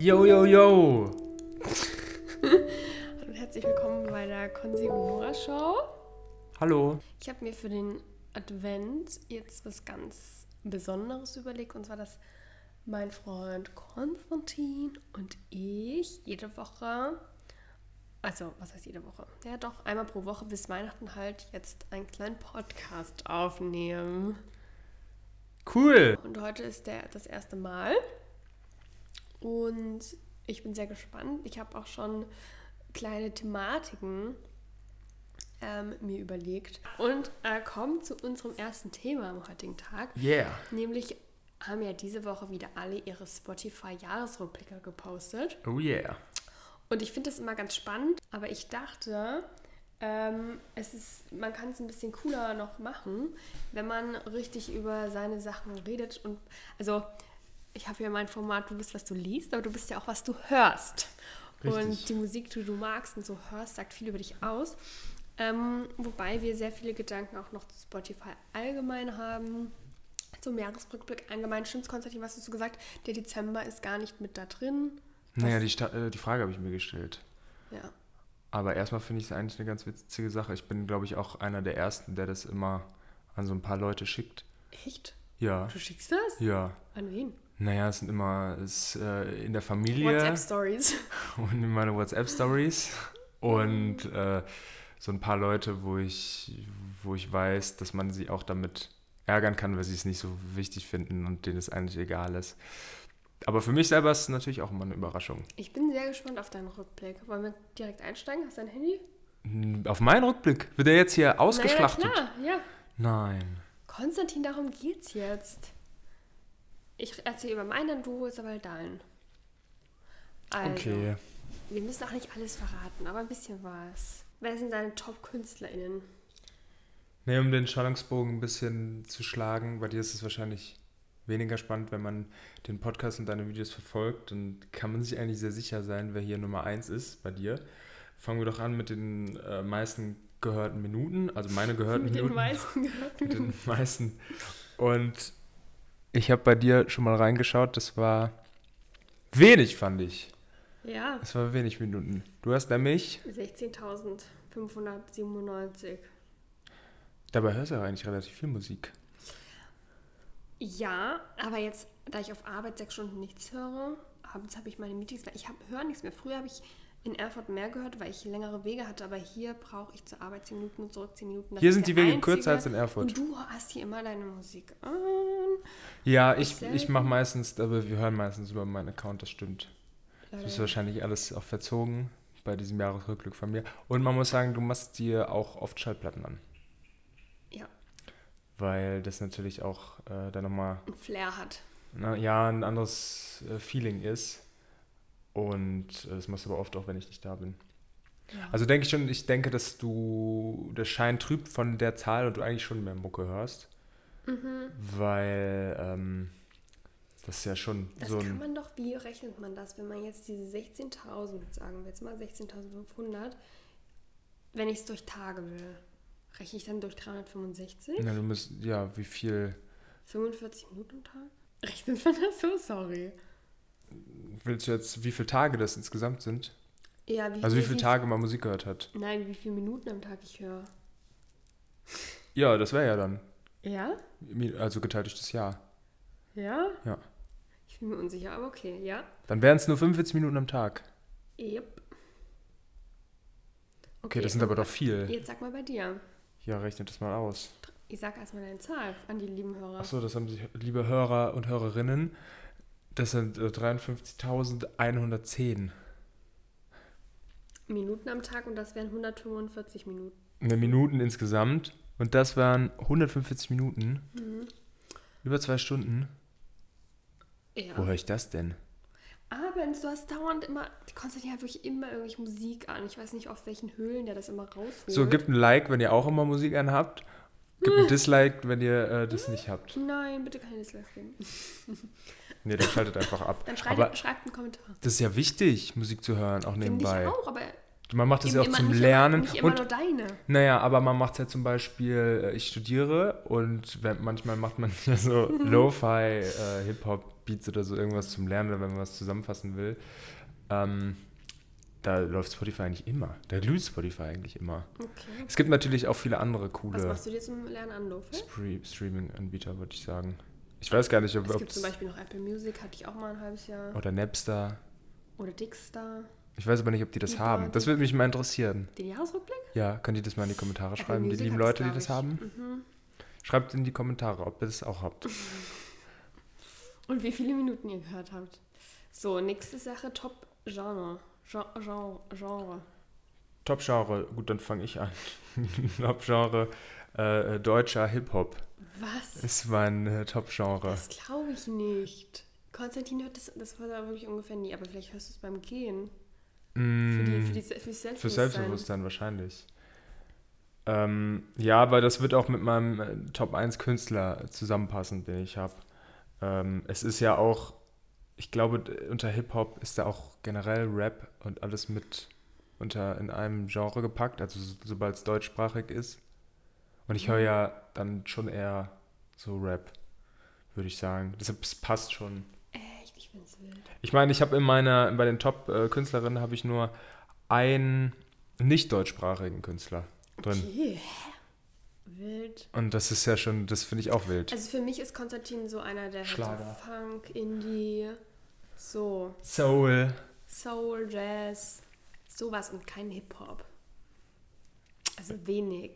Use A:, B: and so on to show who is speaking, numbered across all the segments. A: Yo, yo, yo!
B: Und herzlich willkommen bei der Konsi und Nora Show.
A: Hallo.
B: Ich habe mir für den Advent jetzt was ganz Besonderes überlegt und zwar, dass mein Freund Konstantin und ich jede Woche, also was heißt jede Woche? Ja, doch einmal pro Woche bis Weihnachten halt jetzt einen kleinen Podcast aufnehmen.
A: Cool!
B: Und heute ist der, das erste Mal. Und ich bin sehr gespannt. Ich habe auch schon kleine Thematiken ähm, mir überlegt. Und äh, kommen zu unserem ersten Thema am heutigen Tag.
A: Yeah.
B: Nämlich haben ja diese Woche wieder alle ihre Spotify-Jahresrückblicke gepostet.
A: Oh yeah.
B: Und ich finde das immer ganz spannend, aber ich dachte, ähm, es ist, man kann es ein bisschen cooler noch machen, wenn man richtig über seine Sachen redet. Und also, ich habe ja mein Format, du bist, was du liest, aber du bist ja auch, was du hörst.
A: Richtig.
B: Und die Musik, die du magst und so hörst, sagt viel über dich aus. Ähm, wobei wir sehr viele Gedanken auch noch zu Spotify allgemein haben. Zum Jahresrückblick allgemein. Stimmt's, Konstantin, was hast du gesagt? Der Dezember ist gar nicht mit da drin.
A: Naja, die, Sta äh, die Frage habe ich mir gestellt.
B: Ja.
A: Aber erstmal finde ich es eigentlich eine ganz witzige Sache. Ich bin, glaube ich, auch einer der Ersten, der das immer an so ein paar Leute schickt.
B: Echt?
A: Ja.
B: Du schickst das?
A: Ja.
B: An wen?
A: Naja, es sind immer es, äh, in der Familie
B: WhatsApp-Stories.
A: und in meine WhatsApp-Stories. Und äh, so ein paar Leute, wo ich, wo ich weiß, dass man sie auch damit ärgern kann, weil sie es nicht so wichtig finden und denen es eigentlich egal ist. Aber für mich selber ist es natürlich auch immer eine Überraschung.
B: Ich bin sehr gespannt auf deinen Rückblick. Wollen wir direkt einsteigen? Hast du dein Handy?
A: Auf meinen Rückblick wird er jetzt hier ausgeschlachtet.
B: Naja, klar, ja.
A: Nein.
B: Konstantin, darum geht's jetzt. Ich erzähle über meinen, du holst aber deinen. Also,
A: Okay.
B: wir müssen auch nicht alles verraten, aber ein bisschen was. Wer sind deine Top-KünstlerInnen?
A: Nee, um den Spannungsbogen ein bisschen zu schlagen, bei dir ist es wahrscheinlich weniger spannend, wenn man den Podcast und deine Videos verfolgt, dann kann man sich eigentlich sehr sicher sein, wer hier Nummer 1 ist bei dir. Fangen wir doch an mit den äh, meisten gehörten Minuten, also meine gehörten
B: Mit den
A: Minuten.
B: meisten gehört.
A: mit den meisten. Und ich habe bei dir schon mal reingeschaut, das war wenig, fand ich.
B: Ja,
A: Das war wenig Minuten. Du hast nämlich,
B: 16.597.
A: dabei hörst du ja eigentlich relativ viel Musik.
B: Ja, aber jetzt, da ich auf Arbeit sechs Stunden nichts höre, abends habe ich meine Meetings, weil ich hab, höre nichts mehr. Früher habe ich in Erfurt mehr gehört, weil ich längere Wege hatte, aber hier brauche ich zur Arbeit zehn Minuten und zurück zehn Minuten. Das
A: Hier
B: ist
A: sind
B: der
A: die Wege kürzer
B: einzige-
A: als in Erfurt.
B: Und du hast hier immer deine Musik an.
A: Ja, ich,
B: selten.
A: ich mache meistens, aber wir hören meistens über meinen Account, das stimmt. Das ist
B: Leider.
A: wahrscheinlich alles auch verzogen bei diesem Jahresrückblick von mir. Und man muss sagen, du machst dir auch oft Schallplatten an,
B: Ja,
A: weil das natürlich auch äh, dann nochmal
B: ein Flair hat.
A: na, ja, ein anderes äh, Feeling ist. Und äh, das machst du aber oft auch, wenn ich nicht da bin. Also denke ich schon, ich denke, dass du der Schein trübt von der Zahl und du eigentlich schon mehr Mucke hörst.
B: Mhm.
A: Weil ähm, das ist ja schon
B: Das
A: so ein.
B: kann man doch, wie rechnet man das, wenn man jetzt diese 16.000, sagen wir jetzt mal 16.500, wenn ich es durch Tage will, rechne ich dann durch 365?
A: Na, du musst, ja, wie viel
B: 45 Minuten am Tag? Rechnet man das so? Sorry.
A: willst du jetzt, wie viele Tage das insgesamt sind?
B: Ja, wie
A: Also wie viele Tage man Musik gehört hat?
B: Nein, wie viele Minuten am Tag ich höre.
A: Ja, das wäre ja dann.
B: Ja?
A: Also geteilt durch das Jahr.
B: Ja?
A: Ja.
B: Ich bin mir unsicher, aber okay, ja.
A: Dann wären es nur 45 Minuten am Tag.
B: Yep.
A: Okay, das sind aber doch viel.
B: Jetzt sag mal bei dir.
A: Ja, rechnet das mal aus.
B: Ich sag erstmal deine Zahl an die lieben Hörer.
A: Achso, das haben sich, liebe Hörer und Hörerinnen, das sind äh, 53.110.
B: Minuten am Tag und das wären 145 Minuten.
A: Ne, Minuten insgesamt. Und das waren 145 Minuten. Über zwei Stunden.
B: Ja.
A: Wo höre ich das denn?
B: Abends, du hast dauernd immer, Konstantin hat wirklich immer irgendwelche Musik an. Ich weiß nicht, aus welchen Höhlen der das immer rausholt.
A: So, gebt ein Like, wenn ihr auch immer Musik anhabt. Gebt
B: Hm.
A: ein Dislike, wenn ihr äh, das nicht habt.
B: Nein, bitte keine Dislikes geben.
A: Nee, dann schaltet einfach ab.
B: Dann schreibt,
A: Aber
B: schreibt einen Kommentar.
A: das ist ja wichtig, Musik zu hören, auch
B: Finde ich
A: nebenbei.
B: auch, aber
A: Man macht es ja auch
B: Immer-
A: zum
B: nicht
A: Lernen.
B: Immer, nicht immer
A: und
B: nur deine.
A: Naja, aber man macht es ja zum Beispiel, äh, ich studiere und wenn, manchmal macht man ja so Lo-Fi, äh, Hip-Hop-Beats oder so irgendwas zum Lernen oder wenn man was zusammenfassen will. Ähm, da läuft Spotify eigentlich immer. Da glüht Spotify eigentlich immer.
B: Okay.
A: Es gibt natürlich auch viele andere
B: Was
A: coole
B: machst du dir zum Lernen an, Lofe?
A: Stre- Streaming-Anbieter, würde ich sagen. Ich weiß gar nicht, ob
B: Es gibt zum
A: es...
B: Beispiel noch Apple Music, hatte ich auch mal ein halbes Jahr.
A: Oder Napster.
B: Oder Dickstar.
A: Ich weiß aber nicht, ob die das
B: Die
A: haben.
B: dort-
A: Das würde mich mal interessieren.
B: Den Jahresrückblick?
A: Ja, könnt ihr das mal in die Kommentare
B: Apple
A: schreiben, die
B: Music
A: lieben
B: hat das,
A: Leute, die
B: glaub
A: das
B: ich. Mhm.
A: haben? Schreibt in die Kommentare, ob ihr das auch habt.
B: Und wie viele Minuten ihr gehört habt. So, nächste Sache, Top-Genre. Gen- Gen- Genre.
A: Top-Genre, gut, dann fange ich an. Top-Genre, äh, deutscher Hip-Hop
B: Was?
A: ist mein äh, Top-Genre.
B: Das glaube ich nicht. Konstantin hört das, das war da wirklich ungefähr nie, aber vielleicht hörst du es beim Gehen. Für, die, für, die, für, das Selbstbewusstsein.
A: Mm. Für Selbstbewusstsein wahrscheinlich. Ähm, ja, aber das wird auch mit meinem äh, Top 1 Künstler zusammenpassen, den ich habe. Ähm, es ist ja auch, ich glaube, d- unter Hip-Hop ist da auch generell Rap und alles mit unter in einem Genre gepackt, also so, sobald es deutschsprachig ist. Und ich höre ja dann schon eher so Rap, würde ich sagen. Deshalb es passt schon.
B: Echt, ich bin's wild.
A: Ich meine, ich habe in meiner, bei den Top-Künstlerinnen habe ich nur einen nicht deutschsprachigen Künstler drin.
B: Okay. Wild.
A: Und das ist ja schon, das finde ich auch wild.
B: Also für mich ist Konstantin so einer, der
A: Schlager.
B: hat so Funk, Indie, so
A: Soul.
B: Soul, Jazz, sowas und kein Hip-Hop. Also wenig.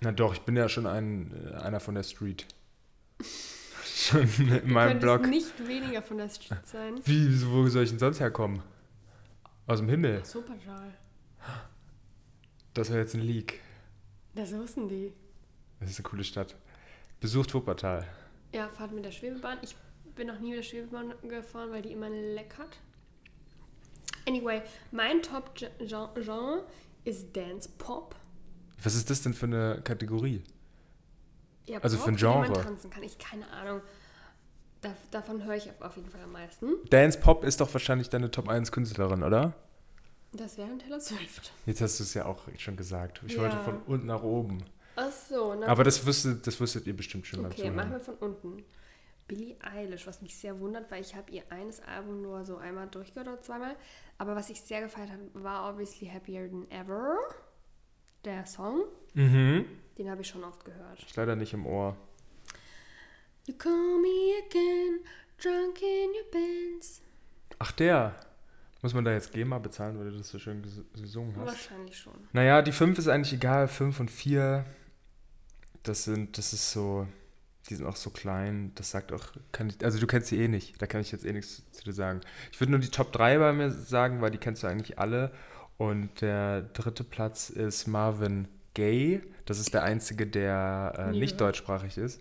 A: Na doch, ich bin ja schon ein, äh, einer von der Street. schon in meinem
B: Könnte es
A: Blog.
B: nicht weniger von der Street sein.
A: Wie, so, wo soll ich denn sonst herkommen? Aus dem Himmel.
B: Superschal.
A: Das war jetzt ein Leak.
B: Das wussten die.
A: Das ist eine coole Stadt. Besucht Wuppertal.
B: Ja, fahrt mit der Schwebebahn. Ich bin noch nie mit der Schwebebahn gefahren, weil die immer leck hat. Anyway, mein Top-Genre ist Dance Pop.
A: Was ist das denn für eine Kategorie?
B: Ja,
A: Also
B: Pop,
A: für ein
B: zu dem man
A: Genre.
B: tanzen kann. Ich keine Ahnung. Da, davon höre ich auf- auf jeden Fall am meisten.
A: Dance Pop ist doch wahrscheinlich deine Top 1 Künstlerin, oder?
B: Das wäre dann Taylor Swift.
A: Jetzt hast du es ja auch schon gesagt. Ich wollte
B: Ja.
A: von unten nach oben.
B: Ach so, na
A: Aber das wüsstet, das wüsstet ihr bestimmt schon beim
B: Okay,
A: Zuhören.
B: machen wir von unten. Billie Eilish, was mich sehr wundert, weil ich habe ihr eines Album nur so einmal durchgehört oder zweimal. Aber was ich sehr gefeiert habe, war obviously Happier Than Ever, der Song.
A: Mhm.
B: Den habe ich schon oft gehört.
A: Ist leider nicht im Ohr.
B: You call me again, drunk in your bands.
A: Ach, der. Muss man da jetzt GEMA bezahlen, weil du das so schön ges- gesungen hast?
B: Wahrscheinlich schon.
A: Naja, die 5 ist eigentlich egal. 5 und 4, das sind, das ist so, die sind auch so klein. Das sagt auch, kann ich, also du kennst sie eh nicht. Da kann ich jetzt eh nichts zu dir sagen. Ich würde nur die Top 3 bei mir sagen, weil die kennst du eigentlich alle. Und der dritte Platz ist Marvin Gaye. Das ist der einzige, der äh,
B: Nie
A: nicht
B: gehört.
A: deutschsprachig ist.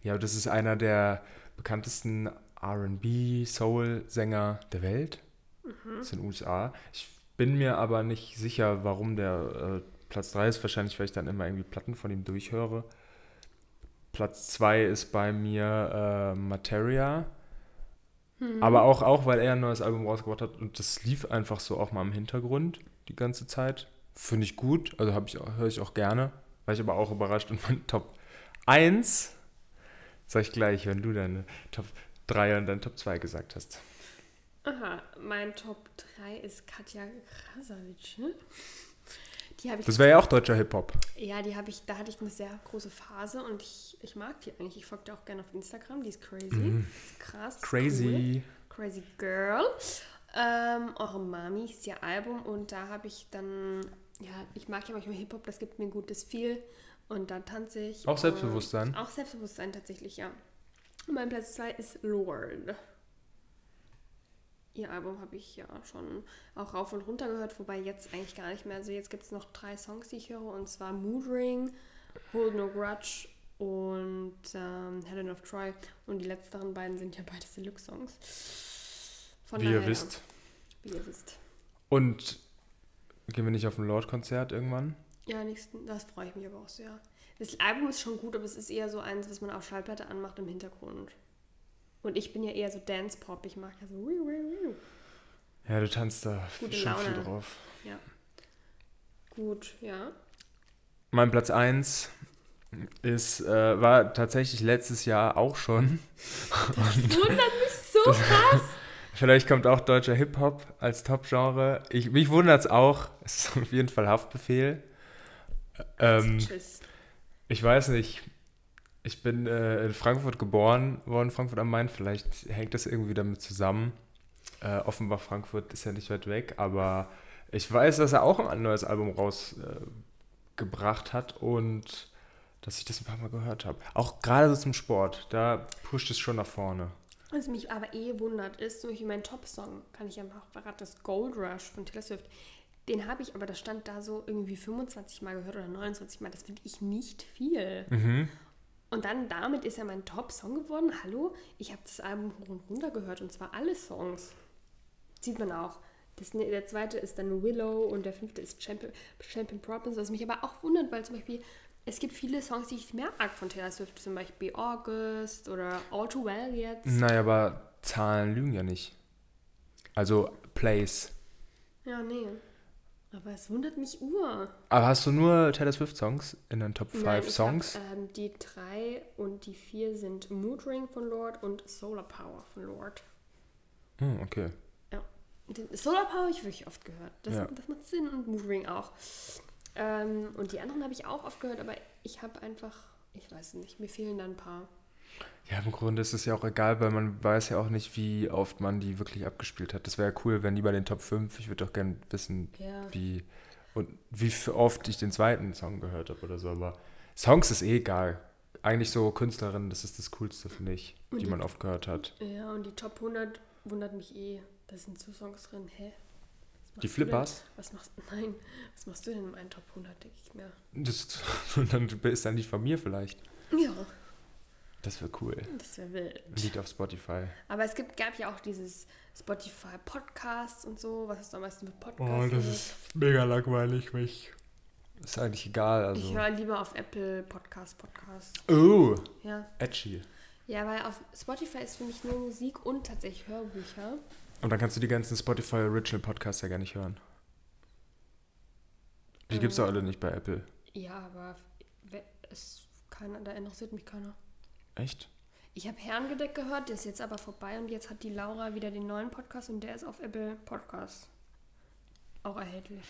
A: Ja, das ist einer der bekanntesten R&B, Soul-Sänger der Welt. Das sind USA. Ich bin mir aber nicht sicher, warum der äh, Platz 3 ist. Wahrscheinlich, weil ich dann immer irgendwie Platten von ihm durchhöre. Platz 2 ist bei mir äh, Materia. Aber auch, auch, weil er ein neues Album rausgebracht hat und das lief einfach so auch mal im Hintergrund die ganze Zeit. Finde ich gut, also hab ich, höre ich auch gerne. War ich aber auch überrascht und mein Top 1, sag ich gleich, wenn du deine Top 3 und dein Top 2 gesagt hast.
B: Aha, mein Top 3 ist Katja Krasavice. ne? Die habe ich
A: Das wäre ja auch deutscher Hip-Hop.
B: Ja, die habe ich, da hatte ich eine sehr große Phase und ich, ich mag die eigentlich. Ich folge die auch gerne auf Instagram, die ist crazy. Ist krass. ist Cool.
A: Mhm. Crazy.
B: Crazy Girl. Ähm, eure Mami ist ihr Album und da habe ich dann, ja, ich mag ja manchmal Hip-Hop, das gibt mir gutes viel und dann tanze ich.
A: Auch Selbstbewusstsein?
B: Und Auch Selbstbewusstsein tatsächlich, ja. Und mein Platz 2 ist Lord. Ihr Album habe ich ja schon auch rauf und runter gehört, wobei jetzt eigentlich gar nicht mehr. Also jetzt gibt es noch drei Songs, die ich höre, und zwar Mood Ring, Hold No Grudge und ähm, Helen of Troy. Und die letzteren beiden sind ja beides Deluxe-Songs. Von
A: Wie ihr
B: daher,
A: wisst.
B: Wie ihr wisst.
A: Und gehen wir nicht auf ein Lord-Konzert irgendwann?
B: Ja, nächsten, das freue ich mich aber auch sehr. Das Album ist schon gut, aber es ist eher so eins, was man auf Schallplatte anmacht im Hintergrund. Und ich bin ja eher so Dance-Pop. Ich mag ja so.
A: Ja, du tanzt da
B: Gute
A: schon
B: Laune.
A: viel drauf.
B: Ja. gut, ja.
A: Mein Platz 1 ist, äh, war tatsächlich letztes Jahr auch schon.
B: Wundert mich so krass.
A: Vielleicht kommt auch deutscher Hip-Hop als Top-Genre. Ich, mich wundert es auch. Es ist auf jeden Fall Haftbefehl. Ähm,
B: Tschüss.
A: ich weiß nicht. Ich bin äh, in Frankfurt geboren worden, Frankfurt am Main. Vielleicht hängt das irgendwie damit zusammen. Äh, offenbar Frankfurt ist ja nicht weit weg, aber ich weiß, dass er auch ein neues Album rausgebracht hat und dass ich das ein paar Mal gehört habe. Auch gerade so zum Sport, da pusht es schon nach vorne.
B: Was mich aber eh wundert, ist zum Beispiel mein Top-Song, kann ich einfach verraten, das Gold Rush von Taylor Swift. Den habe ich, aber das stand da so irgendwie 25 Mal gehört oder 29 Mal. Das finde ich nicht viel. Und dann damit ist er mein Top-Song geworden. Hallo, ich habe das Album hoch und runter gehört und zwar alle Songs. Sieht man auch. Das, ne- der zweite ist dann Willow und der fünfte ist Champion, Champion Problems, was mich aber auch wundert, weil zum Beispiel es gibt viele Songs, die ich mehr mag von Taylor Swift, zum Beispiel August oder All Too Well jetzt.
A: Naja, aber Zahlen lügen ja nicht. Also Plays.
B: Ja, nee. Aber es wundert mich ur.
A: Aber hast du nur Taylor Swift-Songs in den Top 5 Songs?
B: Hab, ähm, die drei und die vier sind Mood Ring von Lord und Solar Power von Lord.
A: Hm, okay.
B: Ja. Den Solar Power habe ich wirklich oft gehört. Das,
A: Ja.
B: das macht Sinn und Mood Ring auch. Ähm, und die anderen habe ich auch oft gehört, aber ich habe einfach, ich weiß nicht, mir fehlen da ein paar.
A: Ja, im Grunde ist es ja auch egal, weil man weiß ja auch nicht, wie oft man die wirklich abgespielt hat. Das wäre ja cool, wenn die bei den Top 5, ich würde doch gerne wissen,
B: Ja.
A: wie und wie f- oft ich den zweiten Song gehört habe oder so, aber Songs ist eh egal. Eigentlich so Künstlerinnen, das ist das Coolste, finde ich, die man oft gehört hat.
B: Ja, und die Top 100 wundert mich eh. Da sind so Songs drin. Hä? Was machst du
A: Die Flippers?
B: Denn? Was machst Nein, was machst du denn in meinem Top 100, denke ich mir?
A: Das, und dann ist dann nicht von mir vielleicht.
B: Ja,
A: Das wäre cool.
B: das wäre wild.
A: Liegt auf Spotify.
B: Aber es gibt, gab ja auch dieses Spotify Podcasts und so. Was ist am meisten mit Podcasts?
A: Oh, das
B: Also,
A: ist mega langweilig, mich. Ist eigentlich egal,
B: Ich
A: also.
B: höre lieber auf Apple Podcast Podcast.
A: Oh,
B: Ja.
A: edgy.
B: Ja, weil auf Spotify ist für mich nur Musik und tatsächlich Hörbücher.
A: Und dann kannst du die ganzen Spotify Original Podcasts ja gar nicht hören. Die
B: Ähm.
A: gibt's doch alle nicht bei Apple.
B: Ja, aber we- es keiner, da interessiert mich keiner.
A: Echt?
B: Ich habe Herrengedeck gehört, der ist jetzt aber vorbei und jetzt hat die Laura wieder den neuen Podcast und der ist auf Apple Podcast auch erhältlich.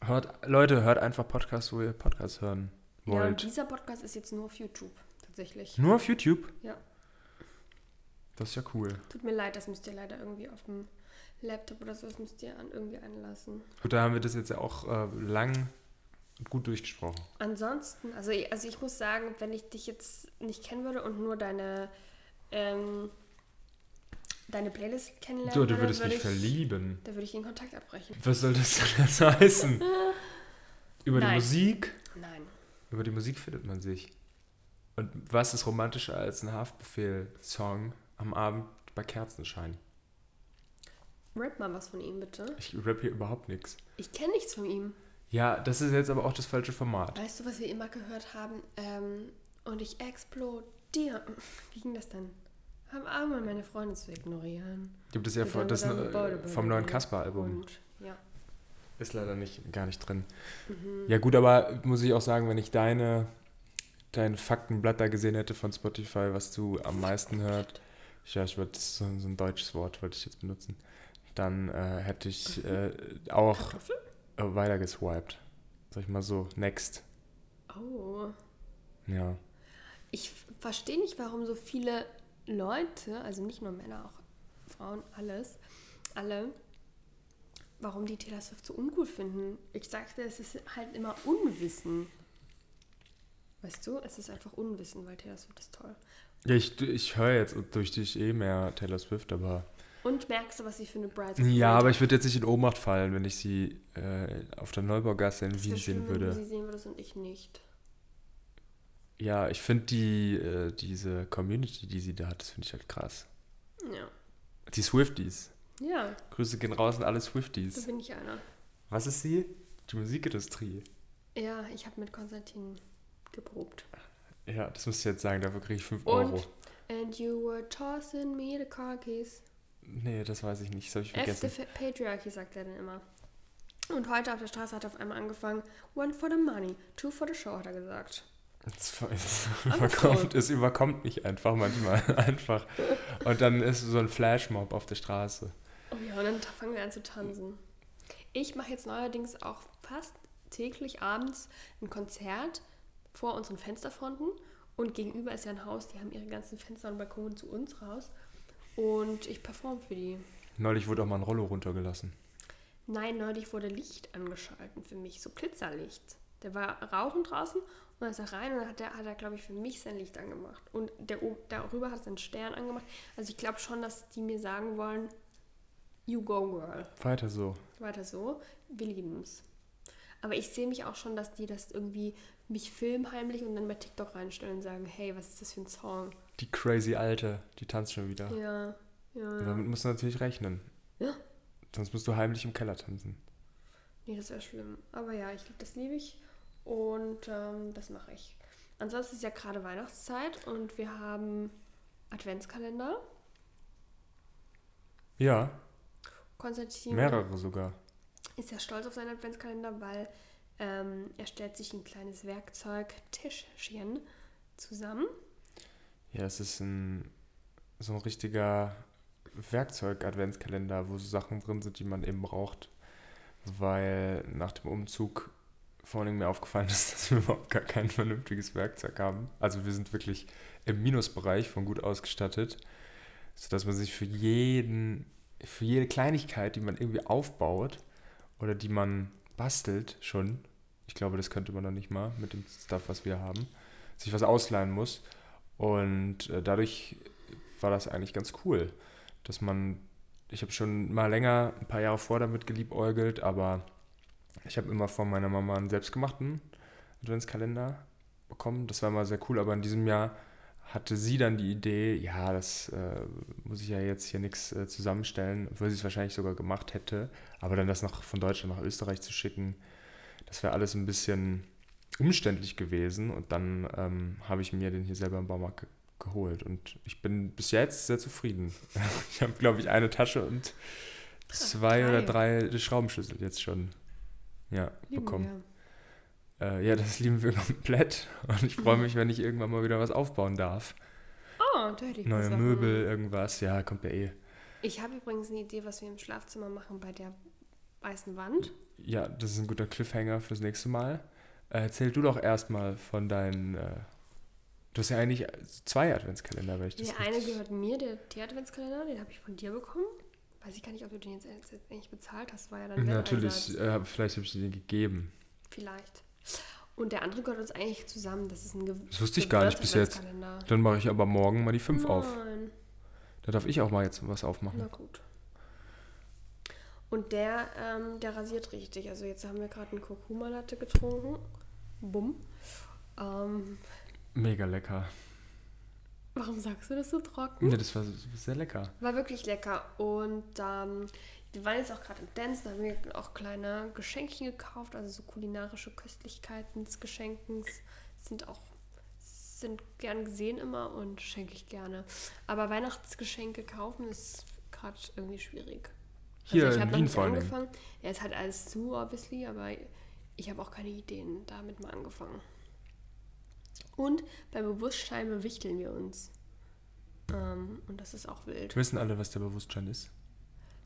A: Hört, Leute, hört einfach Podcasts, wo ihr Podcasts hören
B: Ja, und
A: wollt.
B: dieser Podcast ist jetzt nur auf YouTube tatsächlich.
A: Nur auf YouTube?
B: Ja.
A: Das ist ja cool.
B: Tut mir leid, das müsst ihr leider irgendwie auf dem Laptop oder so, das müsst ihr an, irgendwie anlassen.
A: Gut, da haben wir das jetzt ja auch äh, lang und gut durchgesprochen.
B: Ansonsten, also, ich- also ich muss sagen, wenn ich dich jetzt nicht kennen würde und nur deine, ähm, deine Playlist kennenlernen
A: So,
B: würde,
A: du würdest
B: würde
A: mich
B: ich,
A: verlieben.
B: da würde ich den Kontakt abbrechen.
A: Was soll das denn jetzt heißen? Über die
B: Nein.
A: Musik?
B: Nein.
A: Über die Musik findet man sich. Und was ist romantischer als ein Haftbefehl-Song am Abend bei Kerzenschein?
B: Rap mal was von ihm, bitte.
A: Ich rap hier überhaupt nichts.
B: Ich kenne nichts von ihm.
A: Ja, das ist jetzt aber auch das falsche Format.
B: Weißt du, was wir immer gehört haben? Ähm, und ich explodiere. Wie ging das denn? Haben einmal meine Freunde zu ignorieren.
A: Gibt es ja von, das, äh, vom neuen Kasper-Album.
B: Und, ja.
A: Ist leider nicht, gar nicht drin.
B: Mhm.
A: Ja gut, aber muss ich auch sagen, wenn ich deine, dein Faktenblatt da gesehen hätte von Spotify, was du am meisten hört, ja, ich würde so, so ein deutsches Wort wollte ich jetzt benutzen, dann äh, hätte ich äh, auch
B: Mhm. Kartoffel?
A: äh, weitergeswiped. Sag ich mal so, next.
B: Oh.
A: Ja.
B: Ich f- verstehe nicht, warum so viele Leute, also nicht nur Männer, auch Frauen, alles, alle, warum die Taylor Swift so uncool finden. Ich sagte, es ist halt immer Unwissen. Weißt du, es ist einfach Unwissen, weil Taylor Swift ist toll.
A: Ja, ich, ich höre jetzt durch dich eh mehr Taylor Swift, aber.
B: Und merkst du, was sie für eine Bright
A: Ja, aber ich würde jetzt nicht in Ohnmacht fallen, wenn ich sie äh, auf der Neubaugasse in Wien sehen
B: Wenn du
A: würde.
B: sie sehen würdest und ich nicht.
A: Ja, ich finde die, äh, diese Community, die sie da hat, das finde ich halt krass.
B: Ja.
A: Die Swifties.
B: Ja,
A: Grüße gehen raus an alle
B: da
A: Swifties.
B: bin ich einer.
A: Was ist sie? Die Musikindustrie.
B: Ja, ich habe mit Konstantin geprobt.
A: Ja, das muss ich jetzt sagen, dafür kriege ich 5 Euro.
B: Und And you were tossing me the car keys.
A: Nee, das weiß ich nicht, das habe ich
B: F the
A: vergessen.
B: Fa- Patriarchy sagt er dann immer. Und heute auf der Straße hat er auf einmal angefangen, one for the money, two for the show, hat er gesagt.
A: Es, es, überkommt, es überkommt mich einfach manchmal einfach. Und dann ist so ein Flashmob auf der Straße.
B: Oh ja, und dann fangen wir an zu tanzen. Ich mache jetzt neuerdings auch fast täglich abends ein Konzert vor unseren Fensterfronten. Und gegenüber ist ja ein Haus, die haben ihre ganzen Fenster und Balkone zu uns raus. Und ich performe für die.
A: Neulich wurde auch mal ein Rollo runtergelassen.
B: Nein, neulich wurde Licht angeschalten für mich, so Glitzerlicht. Der war rauchen draußen und dann ist er rein und dann hat er, hat er glaube ich, für mich sein Licht angemacht. Und der, o- darüber hat er seinen Stern angemacht. Also ich glaube schon, dass die mir sagen wollen, you go, girl.
A: Weiter so.
B: Weiter so, wir lieben's. Aber ich sehe mich auch schon, dass die das irgendwie mich filmheimlich und dann bei TikTok reinstellen und sagen, hey, was ist das für ein Song?
A: Die crazy Alte, die tanzt schon wieder.
B: Ja, ja. ja.
A: Damit musst du natürlich rechnen.
B: Ja.
A: Sonst musst du heimlich im Keller tanzen.
B: Nee, das wäre schlimm. Aber ja, ich glaube, das liebe ich und ähm, das mache ich. Ansonsten ist ja gerade Weihnachtszeit und wir haben Adventskalender.
A: Ja,
B: Konstantin
A: mehrere sogar.
B: ist ja stolz auf seinen Adventskalender, weil ähm, er stellt sich ein kleines Werkzeug-Tischchen zusammen.
A: Ja, es ist ein, so ein richtiger Werkzeug-Adventskalender, wo so Sachen drin sind, die man eben braucht. Weil nach dem Umzug vor allem mir aufgefallen ist, dass wir überhaupt gar kein vernünftiges Werkzeug haben. Also wir sind wirklich im Minusbereich von gut ausgestattet, sodass man sich für jeden, für jede Kleinigkeit, die man irgendwie aufbaut oder die man bastelt schon, ich glaube, das könnte man noch nicht mal mit dem Stuff, was wir haben, sich was ausleihen muss. Und äh, dadurch war das eigentlich ganz cool, dass man, ich habe schon mal länger, ein paar Jahre vor damit geliebäugelt, aber ich habe immer von meiner Mama einen selbstgemachten Adventskalender bekommen. Das war mal sehr cool, aber in diesem Jahr hatte sie dann die Idee, ja, das äh, muss ich ja jetzt hier nichts äh, zusammenstellen, obwohl sie es wahrscheinlich sogar gemacht hätte, aber dann das noch von Deutschland nach Österreich zu schicken, das wäre alles ein bisschen umständlich gewesen und dann ähm, habe ich mir den hier selber im Baumarkt ge geholt und ich bin bis jetzt sehr zufrieden. ich habe, glaube ich, eine Tasche und zwei
B: drei.
A: oder drei Schraubenschlüssel jetzt schon ja,
B: Lieben
A: bekommen.
B: wir.
A: Äh, ja, das lieben wir komplett und ich freue mich, wenn ich irgendwann mal wieder was aufbauen darf.
B: Oh, da hätte ich
A: Neue
B: was machen.
A: Möbel, irgendwas, ja, kommt ja eh.
B: Ich habe übrigens eine Idee, was wir im Schlafzimmer machen bei der weißen Wand.
A: Ja, das ist ein guter Cliffhanger fürs nächste Mal. Äh, erzähl du doch erstmal von deinen. Äh, du hast ja eigentlich zwei Adventskalender, wenn ich das
B: Der eine
A: richtig-
B: gehört mir, der Tee-Adventskalender, den habe ich von dir bekommen. Weiß ich gar nicht, ob du den jetzt, jetzt jetzt eigentlich bezahlt hast, war ja dann Wetteinsatz.
A: Natürlich, äh, vielleicht habe ich dir den gegeben.
B: Vielleicht. Und der andere gehört uns eigentlich zusammen. Das ist ein Ge
A: Das wusste ich gar nicht bis jetzt.
B: Gewürzadventskalender.
A: Dann mache ich aber morgen mal die fünf auf.
B: Nein.
A: Da darf ich auch mal jetzt was aufmachen.
B: Na gut. Und der, ähm, der rasiert richtig. Also jetzt haben wir gerade einen Kurkuma-Latte getrunken. Bumm. Ähm,
A: Mega lecker.
B: warum sagst du das so trocken?
A: Ja, das war sehr lecker.
B: War wirklich lecker. Und ähm, wir waren jetzt auch gerade im Dance, da haben wir auch kleine Geschenkchen gekauft, also so kulinarische Köstlichkeiten des Geschenkens sind auch sind gern gesehen immer und schenke ich gerne. Aber Weihnachtsgeschenke kaufen ist gerade irgendwie schwierig. Also
A: Hier
B: ich
A: in
B: hab noch
A: Wien
B: nicht
A: vor allen Dingen.
B: angefangen. Ja, es hat alles zu, obviously, aber ich habe auch keine Ideen damit mal angefangen. Und bei Bewusstsein bewichteln wir uns. Ähm, und das ist auch wild.
A: Wir wissen alle, was der Bewusstschein ist.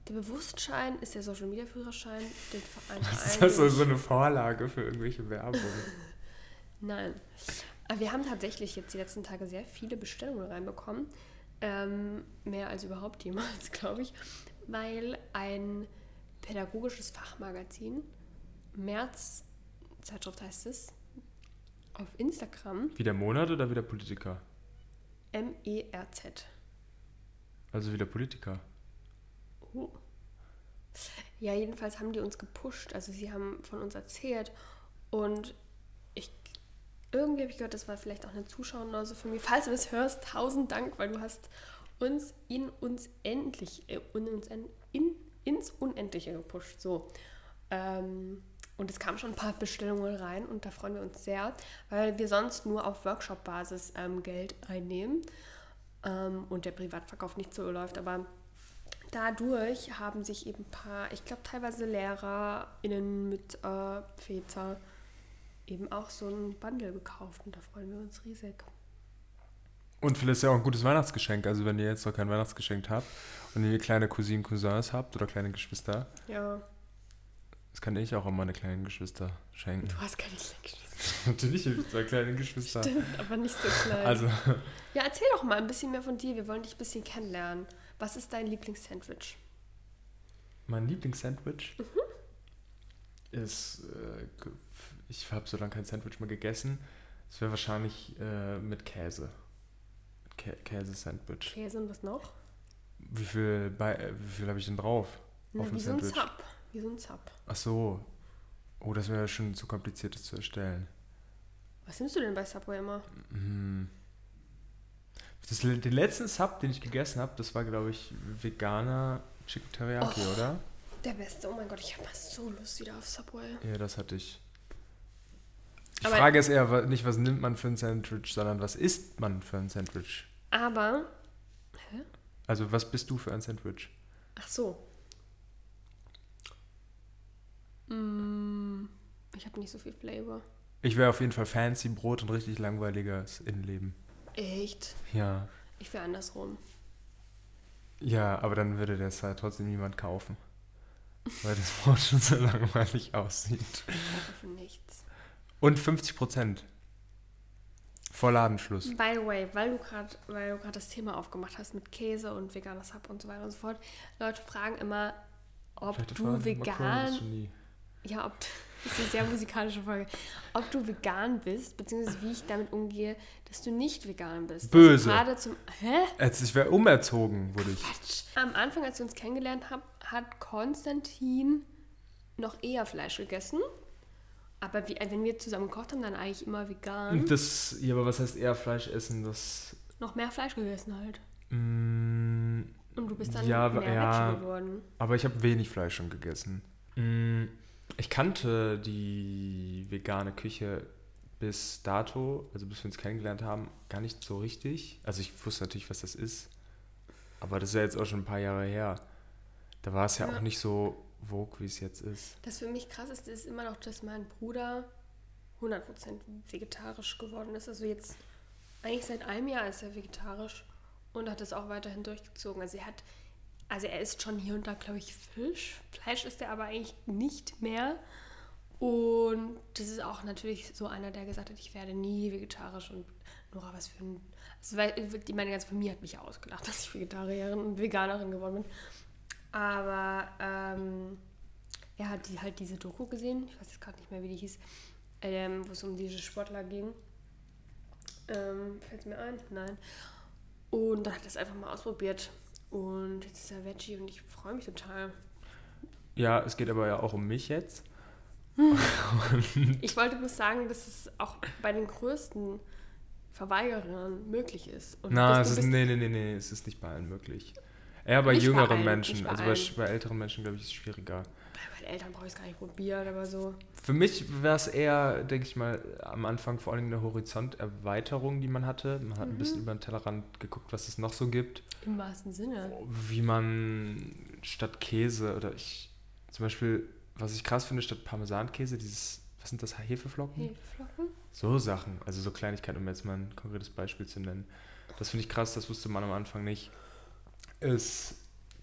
B: Der Bewusstschein ist der Social Media Führerschein, den Verein.
A: Das ist also so eine Vorlage für irgendwelche Werbung.
B: Nein. Aber wir haben tatsächlich jetzt die letzten Tage sehr viele Bestellungen reinbekommen. Ähm, mehr als überhaupt jemals, glaube ich. Weil ein pädagogisches Fachmagazin, März, Zeitschrift heißt es, auf Instagram, E
A: Wie der Monat oder wie der Politiker?
B: M-E-R-Z.
A: Also wie der Politiker.
B: Oh. Ja, jedenfalls haben die uns gepusht. Also sie haben von uns erzählt und ich irgendwie habe ich gehört, das war vielleicht auch eine Zuschauernlose von mir. Falls du das hörst, tausend Dank, weil du hast uns in uns endlich äh, in uns en, in, ins Unendliche gepusht. So. Ähm, und es kamen schon ein paar Bestellungen rein und da freuen wir uns sehr, weil wir sonst nur auf Workshop-Basis ähm, Geld einnehmen ähm, und der Privatverkauf nicht so läuft. Aber dadurch haben sich eben ein paar, ich glaube teilweise LehrerInnen mit äh, Väter eben auch so ein Bundle gekauft und da freuen wir uns riesig.
A: Und vielleicht ist ja auch ein gutes Weihnachtsgeschenk. Also wenn ihr jetzt noch kein Weihnachtsgeschenk habt und ihr kleine Cousinen, Cousins habt oder kleine Geschwister,
B: Ja,
A: das kann ich auch an meine kleinen Geschwister schenken.
B: du hast keine Geschwister,
A: Natürlich habe ich zwei kleine Geschwister.
B: aber nicht so klein.
A: Also,
B: Ja, erzähl doch mal ein bisschen mehr von dir. Wir wollen dich ein bisschen kennenlernen. Was ist dein Lieblingssandwich?
A: mein Lieblingssandwich ist, äh, ge- ich habe so lange kein Sandwich mehr gegessen, es wäre wahrscheinlich äh, mit Käse. Kä Käse-Sandwich.
B: Käse und was noch?
A: Wie viel, bei, äh, wie viel habe ich denn drauf?
B: Na,
A: Auf dem
B: Ne, wie so ein
A: Sandwich.
B: Zap. Wie so ein Zap.
A: Ach so. Oh, das wäre schon zu kompliziert, das zu erstellen.
B: Was nimmst du denn bei Subway immer?
A: Mhm. Das, le- den letzten Sub, den ich gegessen habe, das war, glaube ich, veganer Chicken Teriyaki,
B: Oh.
A: oder?
B: Der beste. Oh mein Gott, ich habe mal so Lust wieder auf Subway.
A: Ja, das hatte ich. Die
B: Aber-
A: Frage ist eher wa- nicht, was nimmt man für ein Sandwich, sondern was isst man für ein Sandwich?
B: Aber,
A: Also, was bist du für ein Sandwich?
B: ach so. Mm, ich habe nicht so viel Flavor.
A: Ich wäre auf jeden Fall fancy Brot und richtig langweiliges Innenleben.
B: Echt?
A: Ja.
B: Ich wäre andersrum.
A: Ja, aber dann würde das halt trotzdem niemand kaufen. Weil das Brot schon so langweilig aussieht.
B: Ich hoffe nichts.
A: Und 50 Prozent. Vor Ladenschluss.
B: By the way, weil du gerade, weil du gerade das Thema aufgemacht hast mit Käse und veganer Sub und so weiter und so fort, Leute fragen immer, ob
A: Vielleicht
B: du
A: fragen wir Macron das
B: vegan,
A: Genie.
B: ja, ob das ist eine sehr musikalische Folge, ob du vegan bist, beziehungsweise wie ich damit umgehe, dass du nicht vegan bist.
A: Böse.
B: Also gerade zum, hä?
A: Als ich wäre umerzogen, wurde ich.
B: Quatsch. Am Anfang, als wir uns kennengelernt haben, hat Konstantin noch eher Fleisch gegessen. Aber wie, wenn wir zusammen gekocht haben, dann eigentlich immer vegan.
A: Das, ja, aber was heißt eher Fleisch essen? Das.
B: Noch mehr Fleisch gegessen halt.
A: mm,
B: Und du bist dann
A: Ja, aber-
B: mehr
A: ja.
B: Veggie geworden.
A: aber ich habe wenig Fleisch schon gegessen. Mm, Ich kannte die vegane Küche bis dato, also bis wir uns kennengelernt haben, gar nicht so richtig. Also ich wusste natürlich, was das ist. Aber das ist ja jetzt auch schon ein paar Jahre her. Da war es ja,
B: Ja.
A: auch nicht so vogue, wie es jetzt ist.
B: Das für mich krass ist, ist immer noch, dass mein Bruder 100% vegetarisch geworden ist. Also jetzt, eigentlich seit einem Jahr ist er vegetarisch und hat das auch weiterhin durchgezogen. Also er hat, also er isst schon hier und da, glaube ich, Fisch. Fleisch isst er aber eigentlich nicht mehr. Und das ist auch natürlich so einer, der gesagt hat, ich werde nie vegetarisch und Nora, was für ein... Also weil, die- meine ganze Familie hat mich ja ausgelacht, dass ich Vegetarierin und Veganerin geworden bin. Aber ähm, er hat die, halt diese Doku gesehen, ich weiß jetzt gerade nicht mehr, wie die hieß, ähm, wo es um diese Sportler ging. Ähm, Fällt mir ein? Nein. Und dann hat er es einfach mal ausprobiert. Und jetzt ist er Veggie und ich freue mich total.
A: Ja, es geht aber ja auch um mich jetzt. Hm.
B: Ich wollte bloß sagen, dass es auch bei den größten Verweigerern möglich ist. Und
A: Na,
B: dass
A: es
B: du
A: ist,
B: bist-
A: nee, nee, nee, nee, es ist nicht bei allen möglich. Eher bei
B: Nicht bei
A: jüngeren
B: allen,
A: Menschen,
B: nicht bei
A: also
B: allen.
A: bei, bei älteren Menschen, glaube ich, ist es schwieriger.
B: bei den Eltern brauche ich es gar nicht probiert, aber so.
A: Für mich war es eher, denke ich mal, am Anfang vor allem eine Horizonterweiterung, die man hatte. Man hat
B: Mhm.
A: ein bisschen über den Tellerrand geguckt, was es noch so gibt.
B: Im wahrsten Sinne.
A: Wie man statt Käse oder ich, zum Beispiel, was ich krass finde, statt Parmesankäse, dieses, was sind das, Hefeflocken?
B: Hefeflocken?
A: So Sachen, also so Kleinigkeiten, um jetzt mal ein konkretes Beispiel zu nennen. Das finde ich krass, das wusste man am Anfang nicht. Es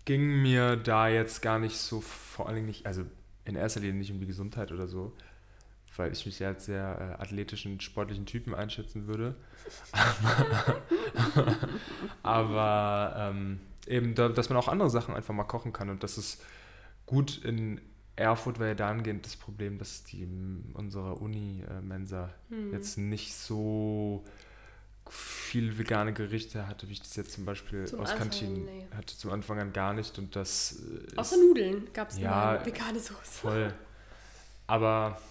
A: ging mir da jetzt gar nicht so, vor allen Dingen nicht, also in erster Linie nicht um die Gesundheit oder so, weil ich mich ja als sehr äh, athletischen, sportlichen Typen einschätzen würde. Aber, aber ähm, eben, da, dass man auch andere Sachen einfach mal kochen kann und das ist gut in Erfurt war ja dahingehend das Problem, dass die unsere Uni-Mensa
B: Hm.
A: jetzt nicht so viel vegane Gerichte hatte, wie ich das jetzt zum Beispiel
B: Zum
A: aus
B: Anfang,
A: Kantinen
B: nee.
A: hatte. Zum Anfang an gar nicht und das äh,
B: Außer
A: ist
B: Nudeln gab es
A: Ja,
B: mal vegane Soße.
A: voll. Aber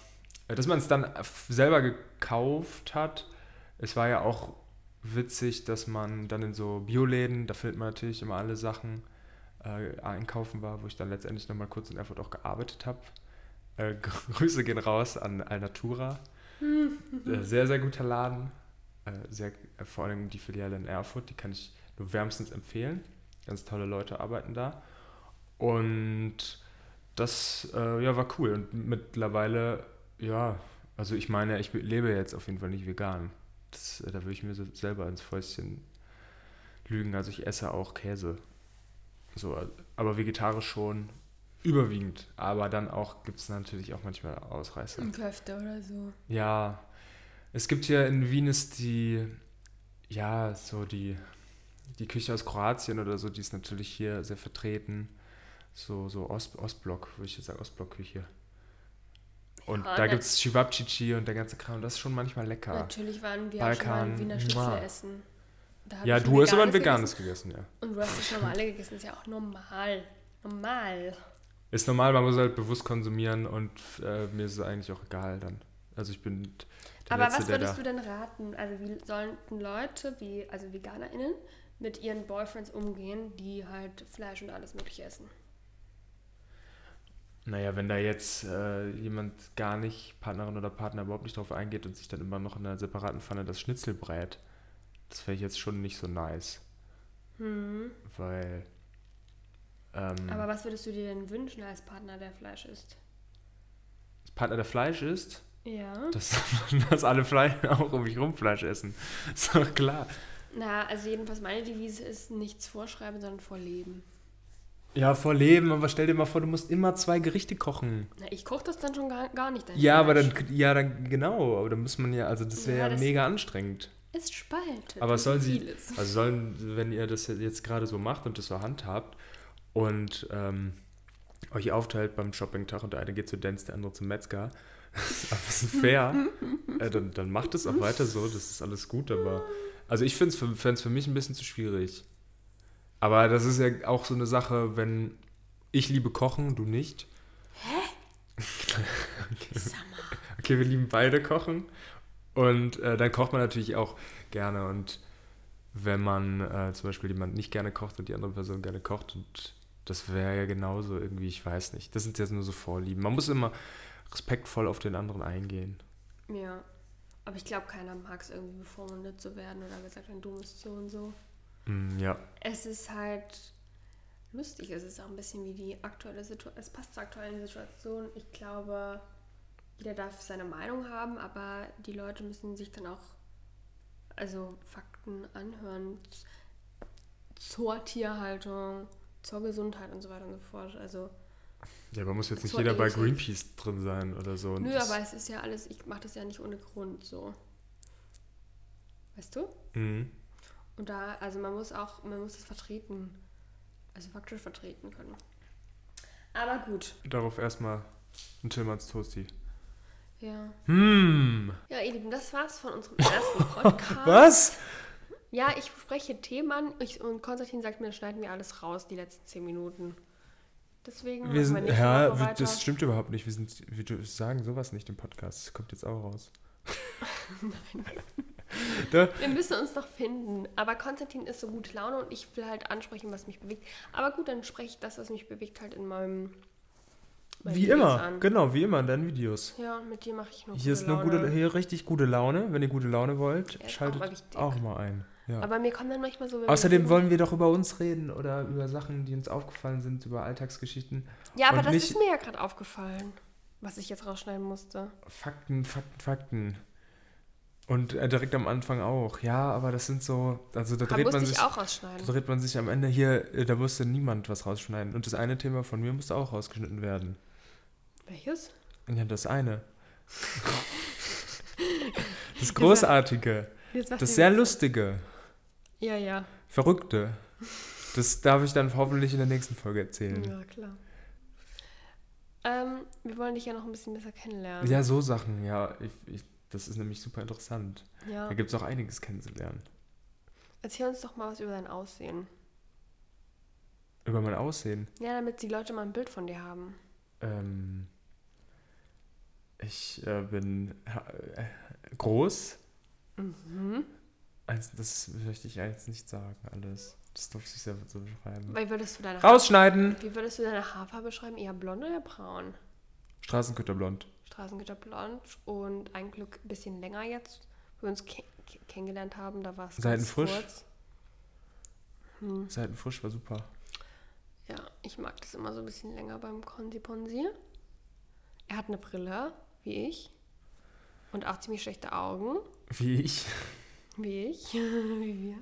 A: äh, dass man es dann f- selber gekauft hat, es war ja auch witzig, dass man dann in so Bioläden, da findet man natürlich immer alle Sachen, äh, einkaufen war, wo ich dann letztendlich nochmal kurz in Erfurt auch gearbeitet habe. Äh, Grüße gehen raus an Alnatura. äh, sehr, sehr guter Laden. Äh, sehr, äh, vor allem die Filiale in Erfurt, die kann ich nur wärmstens empfehlen. Ganz tolle Leute arbeiten da. Und das äh, ja, war cool. Und mittlerweile, ja, also ich meine, ich lebe jetzt auf jeden Fall nicht vegan. Das, äh, da würde ich mir so selber ins Fäustchen lügen. Also ich esse auch Käse. So, aber vegetarisch schon überwiegend. Aber dann auch gibt es natürlich auch manchmal Ausreißer.
B: Ein Köfte oder so.
A: Ja, es gibt hier in Wien ist die, ja, so die, die Küche aus Kroatien oder so, die ist natürlich hier sehr vertreten. So, so Ost, Ostblock, würde ich jetzt sagen, Ostblockküche. Und
B: Ja,
A: da
B: na-
A: gibt es Chivapchichi und der ganze Kram. Das ist schon manchmal lecker.
B: Natürlich waren wir auch schon mal
A: Balkan,
B: in Wiener
A: mua.
B: Schnitzel essen. Da hab
A: Ja,
B: ich
A: du hast aber ein
B: veganes
A: veganes gegessen, ja.
B: gegessen. Und du hast das normale gegessen, ist ja auch normal. Normal.
A: Ist normal, man muss halt bewusst konsumieren und äh, mir ist es eigentlich auch egal dann. Also ich bin der
B: Aber
A: Letzte,
B: was
A: der da...
B: würdest du denn raten? Also wie sollten Leute, wie, also VeganerInnen, mit ihren Boyfriends umgehen, die halt Fleisch und alles mögliche essen?
A: Naja, wenn da jetzt äh, jemand gar nicht, Partnerin oder Partner überhaupt nicht drauf eingeht und sich dann immer noch in einer separaten Pfanne das Schnitzel brät, das fände ich jetzt schon nicht so nice. Weil... Ähm,
B: Mhm. Aber was würdest du dir denn wünschen als Partner, der Fleisch isst?
A: Partner, der Fleisch isst,
B: Ja.
A: dass, dass alle Fleisch auch um mich rum Fleisch essen. Ist doch klar.
B: Na, also jedenfalls meine Devise ist, nichts vorschreiben, sondern vorleben.
A: Ja, vor Leben, aber stell dir mal vor, du musst immer zwei Gerichte kochen.
B: Na, ich koche das dann schon gar, gar nicht. dein
A: Ja, aber
B: Fleisch.
A: dann, ja, dann genau, aber dann muss man ja, also das wäre
B: Ja,
A: ja,
B: das-
A: mega anstrengend.
B: Es spaltet.
A: Aber sollen sie,
B: vieles.
A: also sollen, wenn ihr das jetzt gerade so macht und das so handhabt und ähm, euch aufteilt beim Shoppingtag und der eine geht zu Dance, der andere zum Metzger, das ist ein bisschen fair, äh, dann, dann macht es auch weiter so, das ist alles gut, aber also ich finde es für, fänd's für mich ein bisschen zu schwierig. Aber das ist ja auch so eine Sache, wenn ich liebe Kochen, du nicht.
B: Summer.
A: Okay, wir lieben beide kochen. Und äh, dann kocht man natürlich auch gerne. Und wenn man äh, zum Beispiel jemand nicht gerne kocht und die andere Person gerne kocht, und das wäre ja genauso irgendwie, ich weiß nicht. Das sind jetzt nur so Vorlieben. Man muss immer respektvoll auf den anderen eingehen.
B: Ja. Aber ich glaube, keiner mag es irgendwie bevormundet zu werden oder gesagt, wenn du musst so und so.
A: Mm, ja.
B: Es ist halt lustig. Es ist auch ein bisschen wie die aktuelle Situation. Es passt zur aktuellen Situation. Ich glaube, jeder darf seine Meinung haben, aber die Leute müssen sich dann auch also Fakten anhören z- zur Tierhaltung, zur Gesundheit und so weiter und so fort. Also
A: Ja, aber muss jetzt nicht
B: Zur
A: jeder bei
B: Ethik.
A: Greenpeace drin sein oder so. Und
B: nö,
A: das-
B: aber es ist ja alles. Ich mache das ja nicht ohne Grund so. Weißt du?
A: Mhm.
B: Und da, also man muss auch, man muss das vertreten. Also faktisch vertreten können. Aber gut.
A: Darauf erstmal ein Tillmanns Toasty.
B: Ja.
A: Hm.
B: Ja, ihr Lieben, das war's von unserem ersten Podcast.
A: Was?
B: Ja, ich spreche Themen an ich, und Konstantin sagt mir, schneiden wir alles raus, die letzten zehn Minuten. Deswegen
A: Wir sind, ja, wir,
B: weiter.
A: das stimmt überhaupt nicht. Wir, sind, wir dür- sagen sowas nicht im Podcast. Das kommt jetzt auch raus.
B: wir müssen uns noch finden. Aber Konstantin ist so gut Laune und ich will halt ansprechen, was mich bewegt. Aber gut, dann spreche ich das, was mich bewegt, halt in meinem. meinen
A: Wie
B: Videos
A: immer,
B: An.
A: genau, wie immer in deinen Videos.
B: Ja, mit dir mache ich nur
A: Hier ist nur gute, hier richtig gute Laune. Wenn ihr gute Laune wollt,
B: Ja, ist auch mal
A: schaltet
B: wichtig.
A: auch mal ein. Ja.
B: Aber mir kommen dann manchmal so. wenn wir
A: Außerdem
B: reden-
A: wollen wir doch über uns reden oder über Sachen, die uns aufgefallen sind, über Alltagsgeschichten.
B: Ja, aber
A: und
B: das
A: nicht-
B: ist mir ja gerade aufgefallen, was ich jetzt rausschneiden musste.
A: Fakten, Fakten, Fakten. Und äh, direkt am Anfang auch. Ja, aber das sind so, also da
B: Da
A: dreht
B: musste
A: man
B: ich
A: sich,
B: auch
A: da
B: rausschneiden.
A: dreht man sich am Ende hier, äh, da musste niemand was rausschneiden. Und das eine Thema von mir musste auch rausgeschnitten werden.
B: Welches?
A: Ja, das eine. Das Großartige,
B: Jetzt macht
A: das
B: ihr-
A: sehr Lustige.
B: Ja, ja.
A: Verrückte. Das darf ich dann hoffentlich in der nächsten Folge erzählen.
B: Ja, klar. Ähm, wir wollen dich ja noch ein bisschen besser
A: Ja,
B: kennenlernen.
A: so Sachen, ja. Ich, ich, das ist nämlich super interessant.
B: Ja.
A: Da gibt es auch einiges kennenzulernen.
B: Erzähl uns doch mal was über dein Aussehen.
A: Über mein Aussehen.
B: Ja, damit die Leute mal ein Bild von dir haben.
A: Ähm, ich äh, bin ha- äh, groß.
B: Mhm.
A: Also das möchte ich jetzt nicht sagen, alles. Das darf sich selber so beschreiben.
B: Wie würdest du deine, Haar
A: Rausschneiden!
B: Wie würdest du deine Haarfarbe beschreiben? Eher blond oder braun?
A: Straßenköterblond.
B: Straßengitter blond und ein Glück ein bisschen länger jetzt, wo wir uns ke ke- kennengelernt haben. Da war es ganz
A: Seitenfrisch.
B: kurz.
A: Seitenfrisch war super.
B: Ja, Ich mag das immer so ein bisschen länger beim Konsi Ponsi. Er hat eine Brille, wie ich. Und auch ziemlich schlechte Augen,
A: Wie ich.
B: wie ich. wie wir.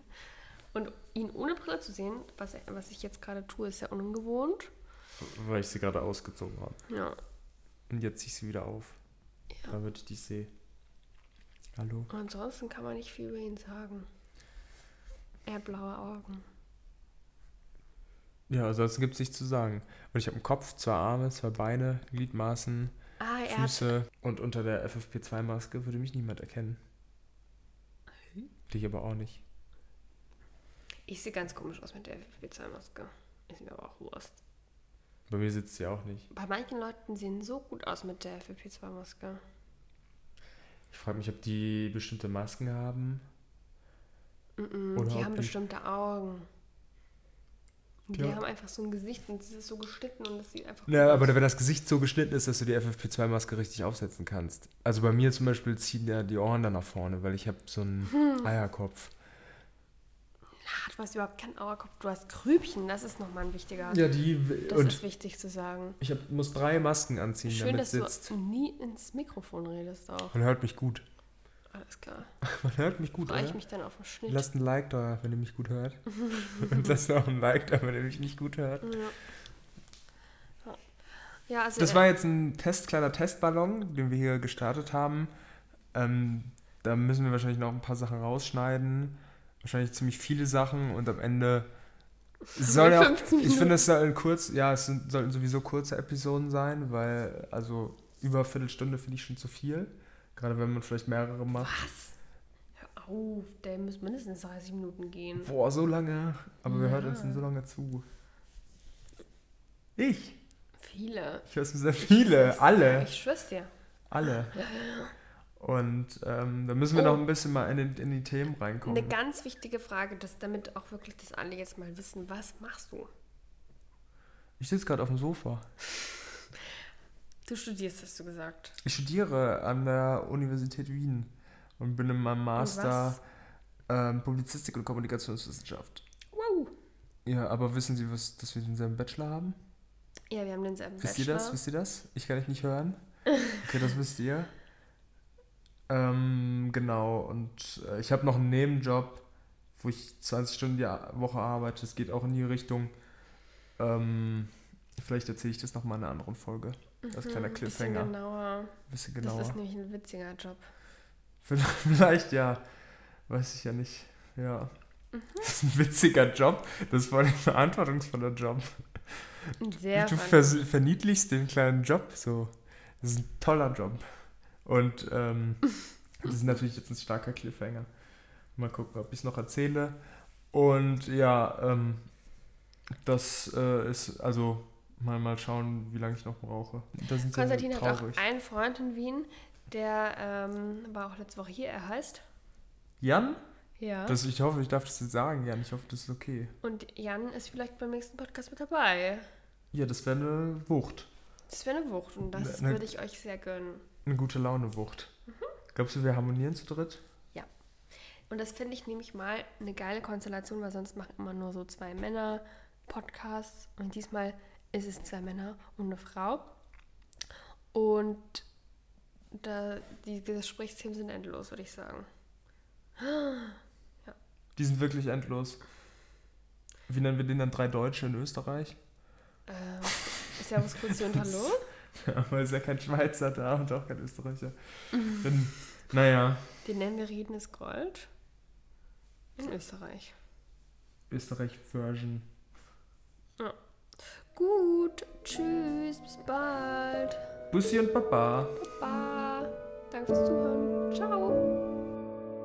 B: Und ihn ohne Brille zu sehen, was, was ich jetzt gerade tue, ist ja ungewohnt.
A: Weil ich sie gerade ausgezogen habe.
B: Ja.
A: Und jetzt ziehe ich sie wieder auf.
B: Ja.
A: Damit ich dich sehe. Hallo.
B: Und ansonsten kann man nicht viel über ihn sagen. Er hat blaue Augen.
A: Ja, ansonsten gibt es nichts zu sagen. Und ich habe einen Kopf, zwei Arme, zwei Beine, Gliedmaßen,
B: Ah, er hat
A: Füße. Und unter der FFP2-Maske würde mich niemand erkennen. Dich aber auch nicht.
B: Ich sehe ganz komisch aus mit der FFP2-Maske. Ist mir aber auch Wurst.
A: Bei mir sitzt sie auch nicht.
B: Bei manchen Leuten sehen so gut aus mit der FFP2-Maske.
A: Ich frage mich, ob die bestimmte Masken haben. Oder
B: Hm, Die
A: ob
B: haben
A: ich-
B: bestimmte Augen. Die
A: Ja.
B: haben einfach so ein Gesicht und es ist so geschnitten und das sieht einfach
A: Ja, aber
B: aus.
A: wenn das Gesicht so geschnitten ist, dass du die FFP2-Maske richtig aufsetzen kannst. Also bei mir zum Beispiel ziehen ja die Ohren dann nach vorne, weil ich habe so einen
B: Hm.
A: Eierkopf.
B: Ah, du hast überhaupt keinen Auerkopf, du hast Grübchen, das ist nochmal ein wichtiger.
A: Ja, die.
B: das
A: und
B: ist wichtig zu sagen.
A: ich hab, muss drei Masken anziehen,
B: Schön,
A: damit
B: dass
A: es sitzt.
B: du nie ins Mikrofon redest auch.
A: Man hört mich gut.
B: Alles klar.
A: Man hört mich gut,
B: Freue ich
A: oder?
B: mich dann auf den Schnitt.
A: Lasst ein Like da, wenn ihr mich gut hört. Und lasst auch ein Like da, wenn ihr mich nicht gut hört.
B: ja, also
A: Das
B: er-
A: war jetzt ein Test, kleiner Testballon, den wir hier gestartet haben. Ähm, da müssen wir wahrscheinlich noch ein paar Sachen rausschneiden. Wahrscheinlich ziemlich viele Sachen und am Ende soll ja auch,
B: 15
A: ich finde, es sollen kurz, ja, es sind, sollten sowieso kurze Episoden sein, weil, also über eine Viertelstunde finde ich schon zu viel. Gerade wenn man vielleicht mehrere macht.
B: Was? Hör auf, der muss mindestens 30 Minuten gehen.
A: Boah, so lange. Aber wer hört uns denn
B: Ja.
A: so lange zu? Ich.
B: Viele.
A: Ich höre es sehr viele. Alle.
B: Ich schwör's dir.
A: Alle. Und ähm, da müssen wir
B: Oh.
A: noch ein bisschen mal in, den, in die Themen reinkommen.
B: Eine ganz wichtige Frage, dass damit auch wirklich das alle jetzt mal wissen, was machst du?
A: Ich sitze gerade auf dem Sofa.
B: Du studierst, hast du gesagt.
A: Ich studiere an der Universität Wien und bin in meinem Master
B: Oh, was?
A: ähm, Publizistik und Kommunikationswissenschaft.
B: Wow.
A: Ja, aber wissen Sie, was, dass wir denselben Bachelor haben?
B: Ja, wir haben denselben
A: Wisst ihr
B: Bachelor.
A: das? Wisst ihr das? Ich kann dich nicht hören. Okay, das wisst ihr. Ähm, genau, und äh, ich habe noch einen Nebenjob, wo ich 20 Stunden die A- Woche arbeite. Es geht auch in die Richtung. Ähm, vielleicht erzähle ich das nochmal in einer anderen Folge. Als kleiner
B: Mhm, Ein bisschen
A: Cliffhanger.
B: genauer.
A: Bisschen
B: Das
A: genauer.
B: ist nämlich ein witziger Job.
A: Vielleicht ja. Weiß ich ja nicht. Ja.
B: Mhm.
A: Das ist ein witziger Job. Das ist vor allem ein verantwortungsvoller Job.
B: Ein sehr
A: du
B: spannend.
A: vers verniedlichst den kleinen Job so. Das ist ein toller Job. Und ähm, das ist natürlich jetzt ein starker Cliffhanger. Mal gucken, ob ich es noch erzähle. Und ja, ähm, das äh, ist, also mal, mal schauen, wie lange ich noch brauche. Da sind sie
B: Konstantin hat
A: traurig.
B: auch einen Freund in Wien, der ähm, war auch letzte Woche hier. Er heißt.
A: Jan?
B: Ja.
A: Das, ich hoffe, ich darf das jetzt sagen, Jan. Ich hoffe, das ist okay.
B: Und Jan ist vielleicht beim nächsten Podcast mit dabei.
A: Ja, das wäre eine Wucht.
B: Das wäre eine Wucht und das
A: Na- na-
B: würde ich euch sehr gönnen.
A: Eine gute Laune-Wucht.
B: Mhm.
A: Glaubst du, wir harmonieren zu dritt?
B: Und das finde ich nämlich mal eine geile Konstellation, weil sonst machen immer nur so zwei Männer Podcasts. Und diesmal ist es zwei Männer und eine Frau. Und da, die Gesprächsthemen sind endlos, würde ich sagen.
A: Die sind wirklich endlos. Wie nennen wir den dann? Drei Deutsche in Österreich?
B: Ähm, servus, Grüße und Hallo.
A: Aber ist ja kein Schweizer da und auch kein Österreicher. Dann, naja,
B: Den nennen wir Reden ist Gold. In Österreich.
A: Österreich-Version.
B: Gut, tschüss, bis bald.
A: Bussi und Baba.
B: Baba. Danke fürs Zuhören. Ciao.